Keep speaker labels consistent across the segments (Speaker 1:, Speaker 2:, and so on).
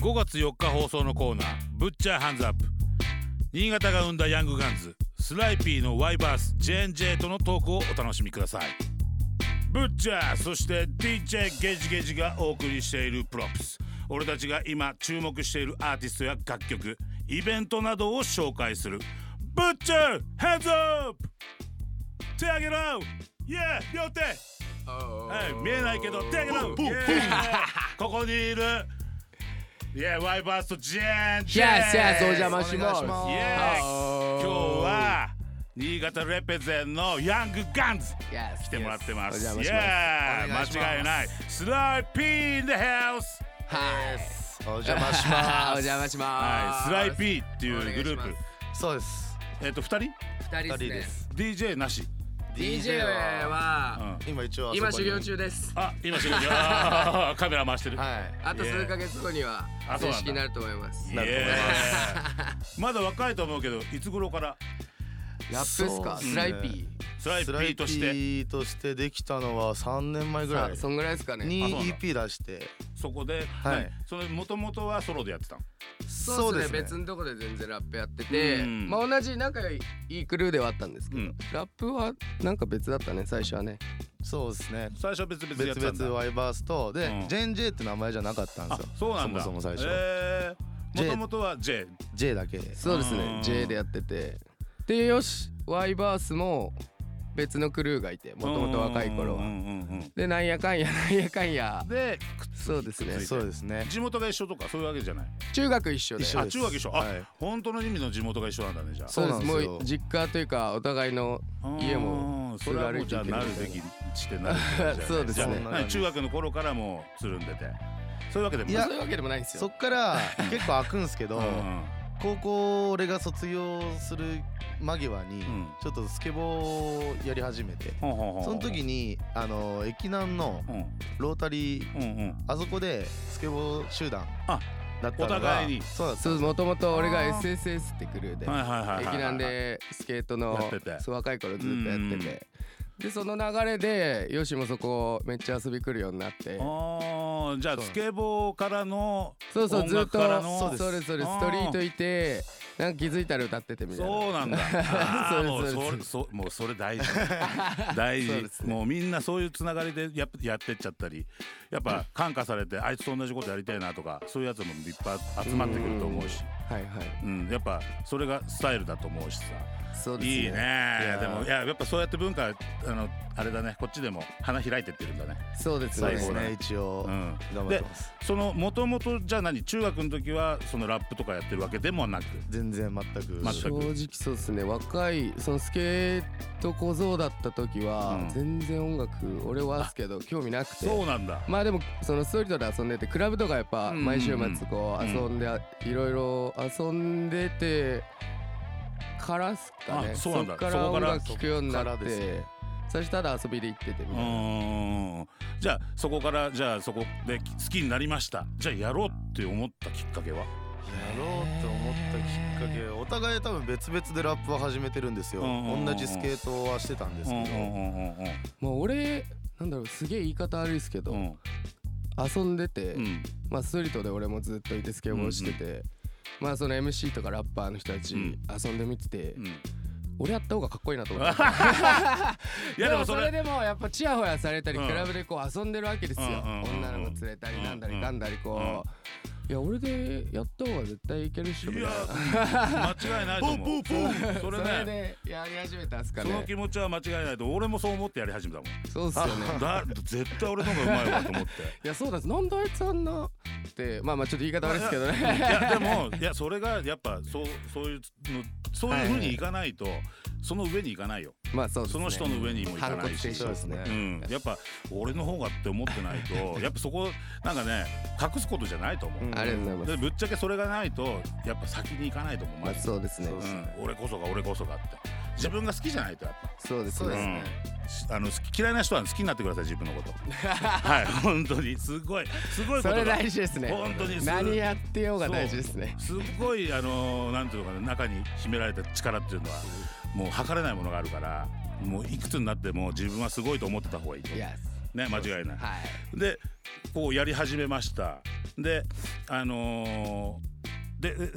Speaker 1: 5月4日放送のコーナー「ぶっちゃハンズアップ」新潟が生んだヤングガンズスライピーのワイバースジェーン・ジェイとのトークをお楽しみくださいブッチャーそして DJ ゲジゲジがお送りしているプロップス俺たちが今注目しているアーティストや楽曲イベントなどを紹介するブッチャーヘッズアップ手上げろイエー両手はい見えないけど手上げろイエーここにいるイエーワイバースとジェーンジェーン
Speaker 2: Yes, yes, お邪魔します。
Speaker 1: イエー今日は新潟レペゼンのヤングガンズ
Speaker 2: Yes,
Speaker 1: 来てもらってます。
Speaker 2: お邪魔
Speaker 1: イ
Speaker 2: し
Speaker 1: エ
Speaker 2: ま
Speaker 1: ー間違いない。スライピー in the house。
Speaker 2: す。はい。
Speaker 3: お邪魔し
Speaker 2: お
Speaker 3: ます。
Speaker 2: 邪魔しま
Speaker 1: はい、
Speaker 2: す。
Speaker 1: スライピーってい
Speaker 2: お願
Speaker 1: う
Speaker 2: い
Speaker 1: グ
Speaker 2: し
Speaker 1: ル
Speaker 2: ま
Speaker 1: ー
Speaker 2: す
Speaker 1: プ。
Speaker 3: そうです。
Speaker 1: えっと二人
Speaker 2: 二人
Speaker 3: 二人
Speaker 2: で
Speaker 3: ですす
Speaker 2: ね。
Speaker 1: DJ なし。
Speaker 2: DJ は
Speaker 3: 今一応あそこに
Speaker 2: 今修行。中です。
Speaker 1: あ、今仕事。あーカメラ回してる。イ
Speaker 3: はい。
Speaker 2: あと数ヶ月後には
Speaker 1: あそうなん
Speaker 2: 正
Speaker 1: だ
Speaker 2: 式になると思います。
Speaker 1: エーまだ若いと思うけど、いつ頃から
Speaker 2: ラップっすか、
Speaker 3: そうっすね
Speaker 2: スライピ
Speaker 1: スライピ
Speaker 3: スライ
Speaker 1: ー
Speaker 3: ピ
Speaker 1: として
Speaker 3: ーとしてできたのは三年前
Speaker 2: ー。
Speaker 3: ぐら
Speaker 2: さ
Speaker 3: い
Speaker 2: あ、そんぐらいですかね。
Speaker 3: に
Speaker 1: あそうなんだ
Speaker 3: EP 出して。
Speaker 1: そこで、
Speaker 3: はい
Speaker 1: 何それ元々はソロでやってたの。
Speaker 2: そうですね。別のとこで全然ラップやってて、
Speaker 1: うん
Speaker 2: まあ同じ仲いいクルーではあったんですけ
Speaker 1: う
Speaker 2: ど、
Speaker 1: ん。
Speaker 2: ラップはなんか別だったね、最初はね。
Speaker 3: そうですね。
Speaker 1: 最初は別々でやっ
Speaker 3: 別
Speaker 1: てたんだ
Speaker 3: 々。ワイバースとで、
Speaker 1: うん
Speaker 3: JNJ って名前じゃなかったんで
Speaker 1: あ
Speaker 3: すよ。
Speaker 1: そうなんだ
Speaker 3: そもそも最初。
Speaker 1: えー、
Speaker 3: J
Speaker 1: もともとは J
Speaker 3: J だけで。
Speaker 2: そうです
Speaker 1: う
Speaker 2: ね
Speaker 1: ん。
Speaker 2: J でやってて。で、よし、ワイバースも別のクルーがいて、もともと若い
Speaker 1: うんう
Speaker 2: 頃
Speaker 1: ん
Speaker 2: は。
Speaker 1: うんうん
Speaker 2: で、なんやかんや、 なんやかんや。
Speaker 1: で
Speaker 2: そうですね。
Speaker 3: そうですね。
Speaker 1: 地元が一緒とかそういうわけじゃない
Speaker 2: 中学一緒で。
Speaker 3: 一緒
Speaker 1: あ
Speaker 3: です
Speaker 1: 中学一緒あ、
Speaker 3: はい
Speaker 1: 本当の意味の地元が一緒なんだねじゃあ
Speaker 2: そうです
Speaker 3: そうなんですよ
Speaker 2: もう実家というかお互いの
Speaker 1: うん
Speaker 2: 家も
Speaker 1: それはもうじゃあ
Speaker 2: すぐ
Speaker 1: な
Speaker 2: 歩
Speaker 1: る
Speaker 2: いて
Speaker 1: べ
Speaker 2: 行
Speaker 1: きして なるべきじゃない
Speaker 2: そうですね
Speaker 1: じゃあ何中学の頃からもうつるんでてそういうわけでも
Speaker 3: い
Speaker 1: な
Speaker 3: や
Speaker 2: そういうわけでもないんです
Speaker 3: そ
Speaker 2: よ
Speaker 3: っから結構開くんすけど
Speaker 1: う、ん
Speaker 3: 高校俺が卒業する間際に
Speaker 1: うん
Speaker 3: ちょっとスケボーやり始めて。
Speaker 1: ほんほんほんほん
Speaker 3: その時にあの駅南の
Speaker 1: うん
Speaker 3: ロータリー
Speaker 1: うんうん
Speaker 3: あそこでスケボー集団
Speaker 1: あ
Speaker 3: だったのが
Speaker 1: お互いに
Speaker 3: そうなんです
Speaker 2: そうもともと俺が
Speaker 1: あ
Speaker 2: SSS ってクルーで
Speaker 1: はいはいはいはい
Speaker 2: 駅なんでスケートの
Speaker 1: やってて
Speaker 2: そう若い頃ずっとやっててでその流れでよしもそこめっちゃ遊び来るようになって
Speaker 1: あーじゃあスケボーからの
Speaker 2: そうそう
Speaker 1: 音
Speaker 2: ずっ
Speaker 1: 楽
Speaker 2: と
Speaker 1: からの
Speaker 2: そうですそうですそうです
Speaker 1: あー
Speaker 2: ストリートいてなんか気づいたら歌っててみたいな
Speaker 1: そうなん だ。あーもう
Speaker 2: そ
Speaker 1: そうれそもうそれ 大事大
Speaker 2: そう
Speaker 1: 事
Speaker 2: ですね
Speaker 1: もうみんなそういうつながりでやっぱやってっちゃったりやっぱ感化されてあいつと同じことやりたいなとかそういうやつもいっぱい集まってくると思うし。
Speaker 2: はいはい
Speaker 1: うん、やっぱそれがスタイルだと思うしさ、
Speaker 2: そうです
Speaker 1: いいねいや
Speaker 3: ー
Speaker 1: でもいややっぱそうやって文化あのあれだねこっちでも花開いてってるんだね
Speaker 2: そうです
Speaker 3: そうです
Speaker 2: ね
Speaker 3: ね一応
Speaker 1: うん
Speaker 3: 頑張ってます
Speaker 1: そのもともとじゃあ何中学の時はそのラップとかやってるわけでもなく
Speaker 3: 全然全く
Speaker 1: まあ
Speaker 2: 正直そうですね若いそのスケート小僧だった時は
Speaker 1: うん
Speaker 2: 全然音楽俺はですけど興味なくて
Speaker 1: そうなんだ
Speaker 2: まあでもそのストリートで遊んでてクラブとかやっぱ
Speaker 1: うん
Speaker 2: 毎週末こう
Speaker 1: うん
Speaker 2: 遊んでいろいろ遊んでてからっすかね
Speaker 1: あそうなんだ
Speaker 2: っか
Speaker 1: そ
Speaker 2: ら
Speaker 1: こか
Speaker 2: 音
Speaker 1: ら
Speaker 2: 楽聴くようにな
Speaker 3: そ
Speaker 2: っ
Speaker 3: っからです
Speaker 2: て
Speaker 3: ね
Speaker 2: そしたら遊びで行ってて
Speaker 1: う
Speaker 2: みたいな
Speaker 1: ーんじゃあそこからじゃあそこで好きになりましたじゃあやろうって思ったきっかけは
Speaker 3: やろうと思ったきっかけお互い多分別々でラップを始めてるんですよ
Speaker 1: うんうんうんうん
Speaker 3: 同じスケートはしてたんです
Speaker 1: う
Speaker 3: け
Speaker 1: んうんう
Speaker 3: ど
Speaker 1: んうん
Speaker 2: まあ俺なんだろうすげえ言い方悪いですけ
Speaker 1: う
Speaker 2: ど
Speaker 1: ん
Speaker 2: 遊んでて
Speaker 1: うん
Speaker 2: まあ、ストリートで俺もずっといてスケボーしてて、まあその MC とかラッパーの人たち
Speaker 1: うん
Speaker 2: 遊んでみてて、
Speaker 1: うん
Speaker 2: 俺やった方がかっこいいなと思って
Speaker 1: いやでもそれ
Speaker 2: でもやっぱチヤホヤされたり、
Speaker 1: うん
Speaker 2: クラブでこう遊んでるわけですよ、
Speaker 1: うんうんうんうん
Speaker 2: 女の子連れたりなんだ
Speaker 1: うんう
Speaker 2: り
Speaker 1: ん
Speaker 2: かんだりこう、いや俺でやった方が絶対いけるっしょみ
Speaker 1: い
Speaker 2: たい
Speaker 1: や
Speaker 2: な
Speaker 1: 間違いないと思うそれ
Speaker 2: それ
Speaker 1: ね
Speaker 2: でやり始めたんすか
Speaker 1: その
Speaker 2: ね
Speaker 1: 気持ちは間違いないと俺もそう思ってやり始めたもん
Speaker 2: そうっすよ ね
Speaker 1: だ絶対俺の方がうまいわと思って
Speaker 2: いやそうだなんであいつあんなってまあまあちょっと言い方悪いですけどね
Speaker 1: いやでもいやそれがやっぱそうそういうのそういうふうにいかないとその上にいかないよ
Speaker 2: ま あそうです
Speaker 1: そ
Speaker 2: ね
Speaker 1: の人の上にもいか
Speaker 2: 反
Speaker 1: な
Speaker 2: 骨
Speaker 1: い
Speaker 2: 精
Speaker 1: し
Speaker 2: 神ですね
Speaker 1: うん、やっぱ俺の方がって思ってないとやっぱそこなんかね隠すことじゃないと思う、
Speaker 3: うん
Speaker 2: ありがとうございます
Speaker 1: でぶっちゃけそれがないとやっぱ先に行かないと思う、
Speaker 2: まあそうですね
Speaker 3: そうで
Speaker 1: う
Speaker 3: す
Speaker 1: ん、俺こそが俺こそがって自分が好きじゃないとやっぱ
Speaker 2: そうです
Speaker 3: そうです
Speaker 2: ね
Speaker 3: ね
Speaker 1: しあの好き嫌いな人は好きになってください自分のことはい本当にすごいすごいこ
Speaker 2: そ
Speaker 1: と
Speaker 2: れ
Speaker 1: が
Speaker 2: 大事ですね
Speaker 1: 本当にす
Speaker 2: 何やってようが大事ですね
Speaker 1: すごいあのーなんていうのかな中に秘められた力っていうのはもう測れないものがあるからもういくつになっても自分はすごいと思ってた方がいいと
Speaker 2: いや
Speaker 1: ね間違いない
Speaker 2: はい
Speaker 1: でこうやり始めましたであのーでえ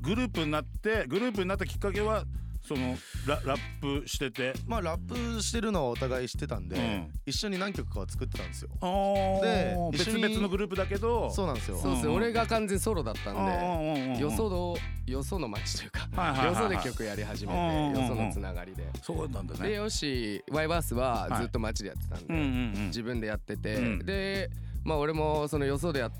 Speaker 1: グループになってグループになったきっかけはそのララップしてて
Speaker 3: まあラップしてるのはお互いしてたんで、
Speaker 1: うん
Speaker 3: 一緒に何曲かは作ってたんですよ
Speaker 1: あー
Speaker 3: で
Speaker 1: 別
Speaker 3: 一緒に
Speaker 1: 々のグループだけど
Speaker 3: そうなんですよ
Speaker 2: そうですね
Speaker 1: うん
Speaker 2: 俺が完全ソロだった
Speaker 1: うん
Speaker 2: ん
Speaker 1: うんうんうん
Speaker 2: でよそのよその街というか
Speaker 1: はいはいはいはい
Speaker 2: よそで曲やり始
Speaker 1: うんうん
Speaker 2: め
Speaker 1: う
Speaker 2: て
Speaker 1: ん
Speaker 2: よそのつながりで
Speaker 1: そうなんだ
Speaker 2: で
Speaker 1: ね
Speaker 2: よしワイバースはずっと街でやってたん
Speaker 1: うんうん
Speaker 2: で
Speaker 1: うん
Speaker 2: 自分でやって
Speaker 1: う
Speaker 2: て
Speaker 1: ん
Speaker 2: でまあ俺もそのよそでやっ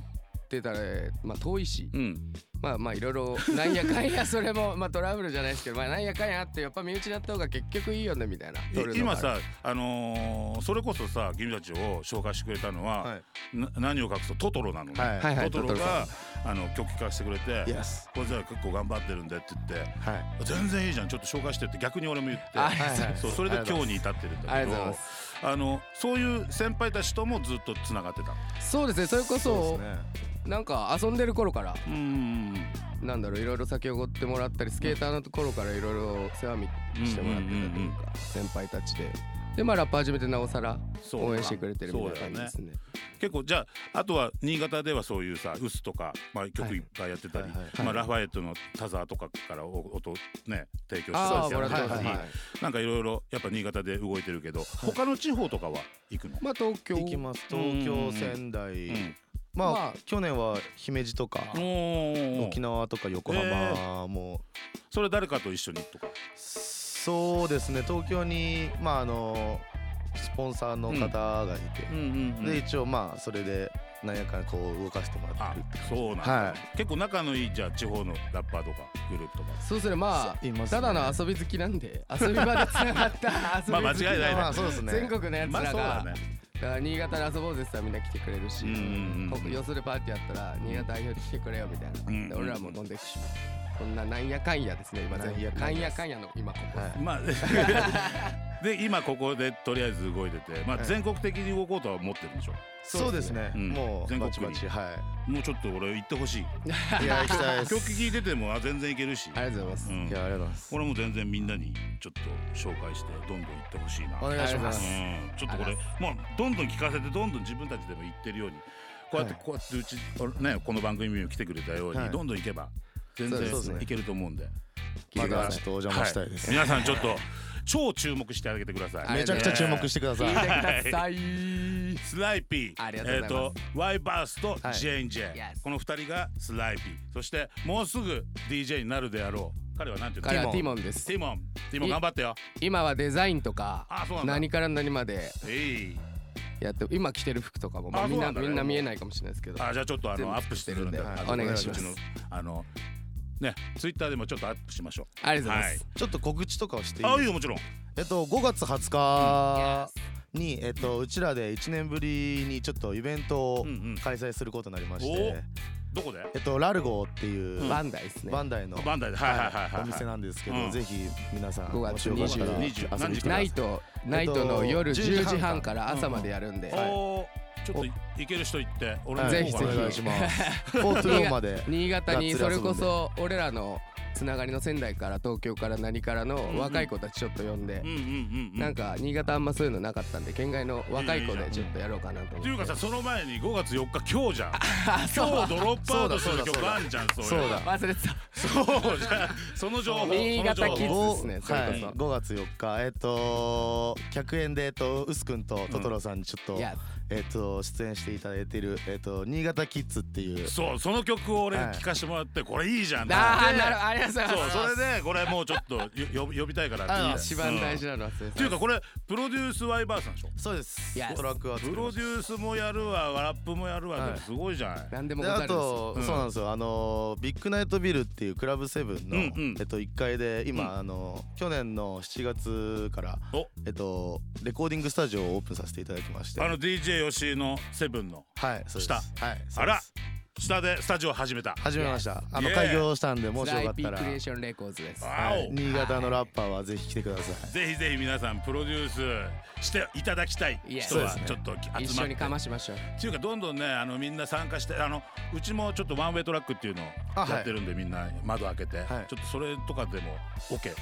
Speaker 2: てたらまあ遠いし
Speaker 1: うん
Speaker 2: まあまあいろいろなんやか んやそれもまあトラブルじゃないですけどまあなんやかんやあってやっぱ身内だった方が結局いいよねみたいな撮るのが
Speaker 1: 今さあのーそれこそさ君たちを紹介してくれたのは、
Speaker 3: はい
Speaker 1: な何を隠そうトトロなのね、
Speaker 3: はい
Speaker 2: はいはい
Speaker 1: トトロがあの曲聴かせてくれて
Speaker 3: Yes
Speaker 1: これじゃあ結構頑張ってるんでって言って
Speaker 3: はい
Speaker 1: 全然いいじゃんちょっと紹介してって逆に俺も言って
Speaker 2: ありがとうございます
Speaker 1: そうそれで今日に至ってるん
Speaker 2: あ
Speaker 1: だけ
Speaker 2: りがとうございま
Speaker 1: ど
Speaker 2: す
Speaker 1: あのそういう先輩たちともずっとつながってた
Speaker 2: そうですねそれこそ
Speaker 3: うですね
Speaker 2: なんか遊んでる頃から
Speaker 1: うんうん
Speaker 2: なんだろういろいろ酒おごってもらったりスケーターの頃からいろいろ世話みしてもらってたと
Speaker 1: うんうんうん
Speaker 2: いうか先輩たちででまあラップ始めてなおさら
Speaker 1: そうか
Speaker 2: 応援してくれてるみたいな感じですね
Speaker 1: 結構じゃああとは新潟ではそういうさ「うす」とか、まあ、曲
Speaker 2: はい
Speaker 1: いっぱいやってたり、
Speaker 3: はいはい
Speaker 1: まあ、
Speaker 2: はい
Speaker 1: ラファエットの田沢とかからお音ね提供
Speaker 2: あー
Speaker 1: してたりや
Speaker 2: もら
Speaker 1: っ
Speaker 2: って
Speaker 1: た
Speaker 2: ま
Speaker 1: り
Speaker 2: すね
Speaker 1: なんかいろいろやっぱ新潟で動いてるけど、他の地方とかは行くの、
Speaker 2: まあ東京
Speaker 3: 行きます東
Speaker 1: うんうんう
Speaker 3: 京
Speaker 1: ん
Speaker 3: 仙台、
Speaker 1: うん
Speaker 3: まあ、
Speaker 2: まあ
Speaker 3: 去年は姫路とか
Speaker 1: お
Speaker 3: 沖
Speaker 1: ー
Speaker 3: 縄とか横浜も、
Speaker 1: それ誰かと一緒にとか
Speaker 3: そうですね東京にまああのスポンサーの方がいて、で
Speaker 1: で
Speaker 3: 一応まあそれでなんやかんこう動かしてもらっ
Speaker 1: あ
Speaker 3: てる
Speaker 1: そうなんだ、
Speaker 3: は
Speaker 1: 結構仲のいいじゃあ地方のラッパーとかグループとか
Speaker 2: そうですねま
Speaker 3: いま
Speaker 2: あ
Speaker 3: すね
Speaker 2: ただの遊び好きなんで遊び場でつながった遊 び
Speaker 1: まあ
Speaker 2: 好き
Speaker 1: 間違いないね
Speaker 3: まあそうですね
Speaker 2: 全国のやつ
Speaker 1: まあ
Speaker 2: ら
Speaker 1: そうだ
Speaker 2: が
Speaker 1: ね
Speaker 2: だから新潟で遊ぼうぜって言ったらみんな来てくれるし
Speaker 1: うんうんうん
Speaker 2: ここよそでパーティーやったら新潟代表で来てくれよみたいな、
Speaker 1: うん
Speaker 2: で俺らも飲んでくしこんななんやかんやですね今全部
Speaker 3: なんやか
Speaker 2: なん
Speaker 3: や
Speaker 2: んやかんやの今ここ、
Speaker 3: はい
Speaker 1: まあで今ここでとりあえず動いてて、まあ、
Speaker 3: はい
Speaker 1: 全国的に動こうとは思ってるんでしょ
Speaker 3: そうですね、
Speaker 1: うん
Speaker 3: もう
Speaker 1: 全国
Speaker 3: バ
Speaker 1: に
Speaker 3: チバチは
Speaker 1: もうちょっと俺行ってほしい
Speaker 3: いいや行きたいです
Speaker 1: 曲聴いててもあ全然いけるし、
Speaker 2: ありがとうございます、
Speaker 1: うん
Speaker 3: いやありがとうございます
Speaker 1: これも全然みんなにちょっと紹介してどんどん行ってほしいな
Speaker 3: お願いしま
Speaker 2: ありがとうございます
Speaker 1: うんちょっとこれもうどんどん聞かせてどんどん自分たちでも言ってるようにこうやってこうやってうち、ね、この番組にも来てくれたように、
Speaker 3: はい
Speaker 1: どんどん行けば全
Speaker 2: そう
Speaker 1: 然
Speaker 2: です
Speaker 3: ね
Speaker 1: いけると思うんで
Speaker 2: 聞い
Speaker 3: ま
Speaker 2: てくだ
Speaker 3: だ
Speaker 2: さ
Speaker 3: ちょっ
Speaker 2: い
Speaker 3: とお邪魔したいです、
Speaker 1: はい、皆さんちょっと超注目してあげてください、
Speaker 2: はい
Speaker 3: めちゃくちゃ注目してください、
Speaker 2: 聞いてください
Speaker 1: スライピー
Speaker 2: ありがとうござ
Speaker 1: え
Speaker 2: います
Speaker 1: ーと Y バースと
Speaker 3: はい
Speaker 1: JNJ、
Speaker 2: Yes
Speaker 1: この2人がスライピーそしてもうすぐ DJ になるであろう彼はなんていうの
Speaker 2: 彼はティ
Speaker 1: ン
Speaker 2: モンです
Speaker 1: ティモンティモン頑張ってよ
Speaker 2: 今はデザインとか
Speaker 1: あそうなんだ
Speaker 2: 何から何まで
Speaker 1: えい
Speaker 2: やって今着てる服とかも、まあ
Speaker 1: あそ
Speaker 2: み
Speaker 1: うんな
Speaker 2: なん
Speaker 1: だね
Speaker 2: みんな見えないかもしれないですけど
Speaker 1: あじゃあちょっとあ
Speaker 2: 全
Speaker 1: の
Speaker 2: 部
Speaker 1: アップしてるんで
Speaker 2: 作
Speaker 3: ってるんで
Speaker 1: あの
Speaker 3: お願いします
Speaker 1: うちのあのねツイッターでもちょっとアップしましょう
Speaker 2: ありがとうございます、
Speaker 3: ちょっと告知とかをしていい
Speaker 1: あ
Speaker 3: です
Speaker 1: いい
Speaker 3: か
Speaker 1: よもちろん
Speaker 3: えっと5月20日に、えっと、うちらで1年ぶりにちょっとイベントを
Speaker 1: うんうん
Speaker 3: 開催することになりまして、
Speaker 1: おどこで
Speaker 3: えっと、ラルゴっていう、
Speaker 1: うん
Speaker 2: バンダイですね
Speaker 3: バンダイの、
Speaker 1: バンダイではいはいはいはい
Speaker 3: お店なんですけど、
Speaker 1: うん
Speaker 3: ぜひ皆さん
Speaker 2: 5
Speaker 3: もし
Speaker 2: 月
Speaker 3: よかっ
Speaker 1: 20
Speaker 3: たら遊びに来てください
Speaker 1: 何時
Speaker 2: ナイトナイトの夜
Speaker 3: えっと
Speaker 2: 10時半
Speaker 3: 半
Speaker 2: か
Speaker 3: から
Speaker 2: 朝までやるんで、
Speaker 1: おーちょっといける人行って俺も
Speaker 3: はい
Speaker 2: ぜひぜひ
Speaker 3: お願いし ます4-2まで
Speaker 2: 新潟にそ
Speaker 3: がっつり
Speaker 2: れ
Speaker 3: 遊ぶ
Speaker 2: こ
Speaker 3: んで
Speaker 2: そ俺らのつながりの仙台から東京から何から
Speaker 1: んうん
Speaker 2: の若い子たちちょっと呼んで
Speaker 1: うん、うんうんうん
Speaker 2: なんか新潟あんまそういうのなかったんで県外の若い子
Speaker 1: いい
Speaker 2: で
Speaker 1: ね
Speaker 2: ちょっとやろうかなと思っ
Speaker 1: って
Speaker 2: て
Speaker 1: いうかさその前に5月4日今日じゃん今日ドロップアウトする
Speaker 3: そうだそうだそう
Speaker 1: 曲
Speaker 3: だ
Speaker 1: あんじゃんそうい
Speaker 3: そうだ
Speaker 2: 忘れてた
Speaker 1: そうじゃんその情報
Speaker 2: 新潟
Speaker 1: その情報
Speaker 2: キッズですねそれ
Speaker 3: は
Speaker 2: こ
Speaker 3: い、
Speaker 2: そ
Speaker 3: 5月4日えっと100円でえっとウス君とトトロさんにちょっと、
Speaker 2: いや
Speaker 3: えっと出演していただいているえっと新潟キッズっていう
Speaker 1: そうその曲を俺
Speaker 3: はい
Speaker 1: 聞かしてもらってこれいいじゃんって
Speaker 2: ああなるほどありがとうございます
Speaker 1: そうそれでこれもうちょっとよ 呼び呼びたいからって言って
Speaker 2: 一番大事
Speaker 1: うんっ
Speaker 2: なのはって
Speaker 1: ていうかこれプロデュースワイバーさんでしょ
Speaker 3: そうです
Speaker 2: いや
Speaker 3: トラックは
Speaker 1: プロデュースもやるわラップもやるわ
Speaker 3: はい
Speaker 1: でもすごいじゃない
Speaker 2: 何でも
Speaker 3: で
Speaker 2: ござ
Speaker 3: あ
Speaker 2: るです
Speaker 3: と、
Speaker 1: うん
Speaker 3: そうなんですよあのビッグナイトビルっていうクラブセブンの、
Speaker 1: うんうん
Speaker 3: えっと、1階で今、
Speaker 1: う
Speaker 3: あの去年の7月から
Speaker 1: お、
Speaker 3: えっと、レコーディングスタジオをオープンさせていただきまして
Speaker 1: あの DJ 吉井のセブンの
Speaker 3: はいそうです
Speaker 1: 下
Speaker 3: はい
Speaker 1: あら
Speaker 3: そうです
Speaker 1: 下でスタジオ始めた
Speaker 3: 始めましたあの
Speaker 1: Yeah
Speaker 3: 開業したんでもしよ
Speaker 2: ラ
Speaker 3: か
Speaker 2: イ
Speaker 3: っ
Speaker 2: ピ
Speaker 3: た
Speaker 2: ー
Speaker 3: ら、
Speaker 2: クリエーションレコーズです
Speaker 1: わ
Speaker 3: はい、
Speaker 1: お
Speaker 3: 新潟のラッパーはぜひ来てください
Speaker 1: ぜひぜひ皆さんプロデュースしていただきたい
Speaker 2: Yes
Speaker 1: 人は
Speaker 3: そうで
Speaker 1: ち
Speaker 3: す
Speaker 1: ょっ
Speaker 3: ね
Speaker 1: と集
Speaker 2: 一
Speaker 1: ま
Speaker 2: 緒
Speaker 1: って
Speaker 2: にかましましょう
Speaker 1: っていうかどんどんねあのみんな参加してあのうちもちょっとワンウェイトラックっていうの
Speaker 3: あはい
Speaker 1: やってるんで、みんな窓開けて、
Speaker 3: はい
Speaker 1: ちょっとそれとかでも OK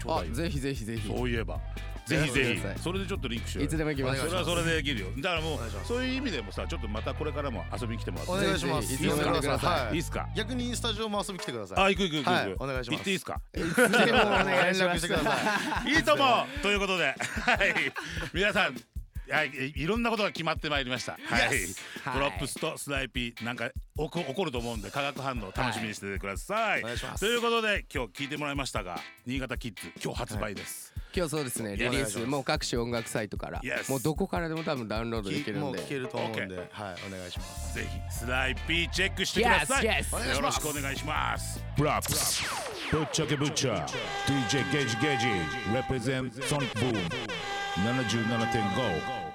Speaker 1: ちょう
Speaker 2: あ
Speaker 1: だいよ
Speaker 2: ぜひぜひぜひ
Speaker 1: そういえばぜひぜ
Speaker 2: ください
Speaker 1: ひそれでちょっとリンクしよう
Speaker 2: い
Speaker 1: よ
Speaker 2: つでも行きましょ
Speaker 1: そうれはそれでできるよだからもう
Speaker 3: お願いします
Speaker 1: そういう意味でもさちょっとまたこれからも遊びに来てもらって
Speaker 3: お願いします
Speaker 2: ぜひぜひいつでも呼んでくださ
Speaker 1: いいっすか
Speaker 3: 逆にスタジオも遊び来てください
Speaker 1: あ行く行く行く行く、
Speaker 3: はいお願いします
Speaker 1: 行っていいっすか
Speaker 2: いつでもお願いし
Speaker 3: 連絡
Speaker 2: ま
Speaker 3: し
Speaker 2: す
Speaker 3: てく ださ
Speaker 1: いいともということで、はい、皆さん。はい、いろんなことが決まってまいりました。はい、
Speaker 2: はい
Speaker 1: プロップスとスナイピー、なんか、おこ、起こると思うんで、化学反応楽しみにしててください。
Speaker 3: お願いします
Speaker 1: ということで、今日聞いてもらいましたが、新潟キッズ、今日発売です。
Speaker 2: 今日そうですねリリースもう各種音楽サイトから
Speaker 1: Yes
Speaker 2: もうどこからでも多分ダウンロードで
Speaker 3: い
Speaker 2: きる
Speaker 3: も
Speaker 2: ん
Speaker 3: う
Speaker 2: で
Speaker 3: 聞けると思うんで、はいお願いします
Speaker 1: ぜひ、スナイピーチェックしてください。
Speaker 2: Yes, yes お願い
Speaker 1: よ
Speaker 2: し
Speaker 1: ろ
Speaker 2: ま
Speaker 1: し
Speaker 2: す
Speaker 1: くお願いします。
Speaker 4: Props. Butcher ke Butcher. DJ Gage Gage. Represent Sonic Boom. 77.5.